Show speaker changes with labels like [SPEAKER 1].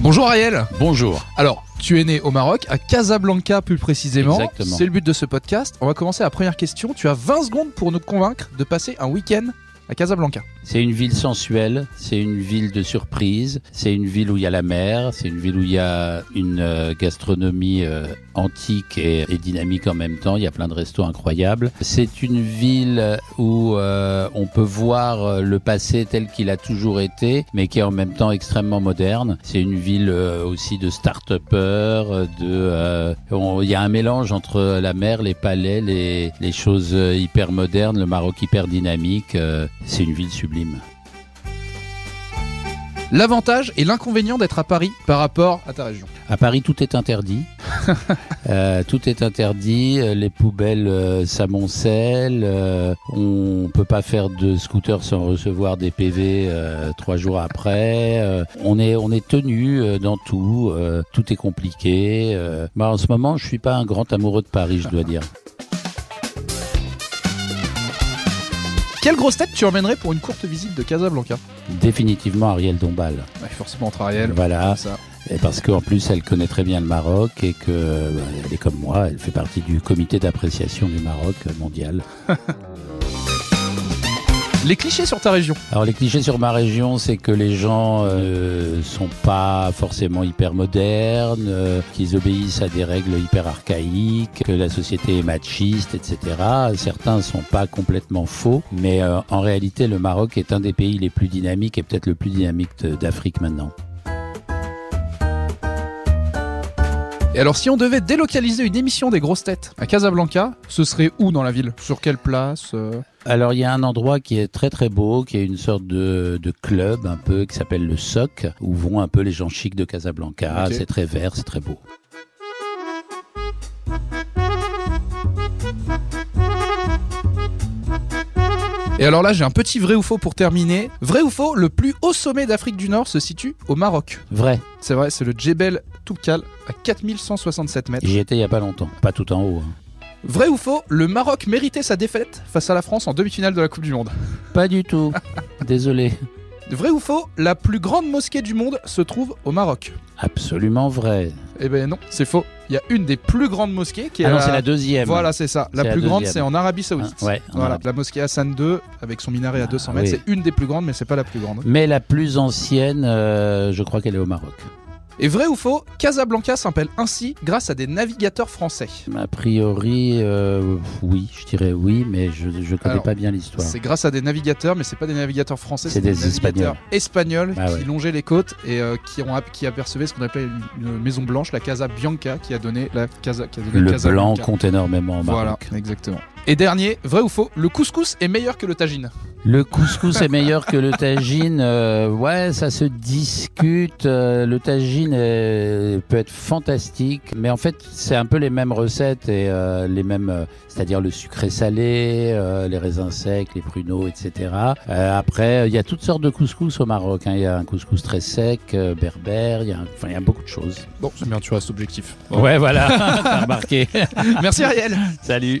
[SPEAKER 1] Bonjour Ariel.
[SPEAKER 2] Bonjour.
[SPEAKER 1] Alors, tu es né au Maroc, à Casablanca plus précisément.
[SPEAKER 2] Exactement.
[SPEAKER 1] C'est le but de ce podcast. On va commencer la première question. Tu as 20 secondes pour nous convaincre de passer un week-end à Casablanca.
[SPEAKER 2] C'est une ville sensuelle, c'est une ville de surprise, c'est une ville où il y a la mer, c'est une ville où il y a une euh, gastronomie euh, antique et, et dynamique en même temps, il y a plein de restos incroyables. C'est une ville où euh, on peut voir euh, le passé tel qu'il a toujours été, mais qui est en même temps extrêmement moderne. C'est une ville euh, aussi de start-upers, euh, de euh, on- il y a un mélange entre la mer, les palais, les, les choses euh, hyper modernes, le Maroc hyper dynamique. euh, C'est une ville sublime.
[SPEAKER 1] L'avantage et l'inconvénient d'être à Paris par rapport à ta région.
[SPEAKER 2] À Paris, tout est interdit. Euh, tout est interdit. euh, Les poubelles euh, s'amoncellent. euh, on peut pas faire de scooter sans recevoir des PV euh, trois jours après. euh, on est on est tenu euh, dans tout. euh, tout est compliqué. euh. Moi, en ce moment, je suis pas un grand amoureux de Paris, je dois dire.
[SPEAKER 1] Quelle grosse tête tu emmènerais pour une courte visite de Casablanca
[SPEAKER 2] Définitivement Ariel Dombal.
[SPEAKER 1] Ouais, Forcément entre Ariel.
[SPEAKER 2] Voilà.
[SPEAKER 1] Ça.
[SPEAKER 2] Et parce qu'en plus, elle connaît très bien le Maroc et que euh, elle est comme moi. Elle fait partie du comité d'appréciation du Maroc euh, mondial.
[SPEAKER 1] Les clichés sur ta région.
[SPEAKER 2] Alors les clichés sur ma région, c'est que les gens euh, sont pas forcément hyper modernes, euh, qu'ils obéissent à des règles hyper archaïques, que la société est machiste, etc. Certains sont pas complètement faux, mais euh, en réalité, le Maroc est un des pays les plus dynamiques et peut-être le plus dynamique de- d'Afrique maintenant.
[SPEAKER 1] Et alors, si on devait délocaliser une émission des grosses têtes à Casablanca, ce serait où dans la ville Sur quelle place euh
[SPEAKER 2] Alors il y a un endroit qui est très très beau, qui est une sorte de, de club un peu qui s'appelle le Soc, où vont un peu les gens chics de Casablanca.
[SPEAKER 1] Ok.
[SPEAKER 2] C'est très vert, c'est très beau.
[SPEAKER 1] Et alors là, j'ai un petit vrai ou faux pour terminer. Vrai ou faux, le plus haut sommet d'Afrique du Nord se situe au Maroc.
[SPEAKER 2] Vrai.
[SPEAKER 1] C'est vrai, c'est le Djebel Toukal à 4167 mètres.
[SPEAKER 2] J'y étais il y a pas longtemps, pas tout en haut. hein.
[SPEAKER 1] Vrai ou faux, le Maroc méritait sa défaite face à la France en demi-finale de la Coupe du Monde.
[SPEAKER 2] Pas du tout. Désolé.
[SPEAKER 1] Vrai ou faux, la plus grande mosquée du monde se trouve au Maroc.
[SPEAKER 2] Absolument vrai.
[SPEAKER 1] Eh ben non, c'est faux. Il y a une des plus grandes mosquées qui est
[SPEAKER 2] Ah non,
[SPEAKER 1] à-
[SPEAKER 2] c'est la deuxième.
[SPEAKER 1] Voilà, c'est ça. La
[SPEAKER 2] C'est la
[SPEAKER 1] plus grande,
[SPEAKER 2] deuxième.
[SPEAKER 1] c'est en Arabie
[SPEAKER 2] Hein,
[SPEAKER 1] Saoudite.
[SPEAKER 2] ouais, on
[SPEAKER 1] Voilà,
[SPEAKER 2] a-
[SPEAKER 1] la mosquée Hassan II avec son minaret à 200 mètres,
[SPEAKER 2] Ah, oui.
[SPEAKER 1] c'est une des plus grandes, mais c'est pas la plus grande.
[SPEAKER 2] Mais la plus ancienne, euh, je crois qu'elle est au Maroc.
[SPEAKER 1] Et vrai ou faux, Casablanca s'appelle ainsi grâce à des navigateurs français.
[SPEAKER 2] A priori, euh, oui, je dirais oui, mais je ne connais
[SPEAKER 1] Alors,
[SPEAKER 2] pas bien l'histoire.
[SPEAKER 1] C'est grâce à des navigateurs, mais c'est pas des navigateurs français,
[SPEAKER 2] C'est
[SPEAKER 1] c'est des,
[SPEAKER 2] des
[SPEAKER 1] navigateurs espagnols,
[SPEAKER 2] Ah
[SPEAKER 1] qui
[SPEAKER 2] ouais.
[SPEAKER 1] longeaient les côtes et euh, qui ont app- qui apercevaient ce qu'on appelait une, une maison blanche, la Casa Bianca, qui a donné la Casa. qui a donné
[SPEAKER 2] Le
[SPEAKER 1] Casablanca.
[SPEAKER 2] blanc compte énormément au Maroc.
[SPEAKER 1] Voilà, exactement. Et dernier, vrai ou faux, le couscous est meilleur que le tagine.
[SPEAKER 2] Le couscous est meilleur que le tagine. euh, ouais, ça se discute. euh, le tagine euh, peut être fantastique, mais en fait, c'est un peu les mêmes recettes et euh, les mêmes, euh, c'est-à-dire le sucré salé, euh, les raisins secs, les pruneaux, etc. Euh, après, il y a toutes sortes de couscous au Maroc. hein. Il y a un couscous très sec, euh, berbère. Il y a, un- enfin, il y a beaucoup de choses.
[SPEAKER 1] Bon, c'est bien, tu restes objectif.
[SPEAKER 2] Ouais, voilà. T'as remarqué.
[SPEAKER 1] Merci Ariel.
[SPEAKER 2] Salut.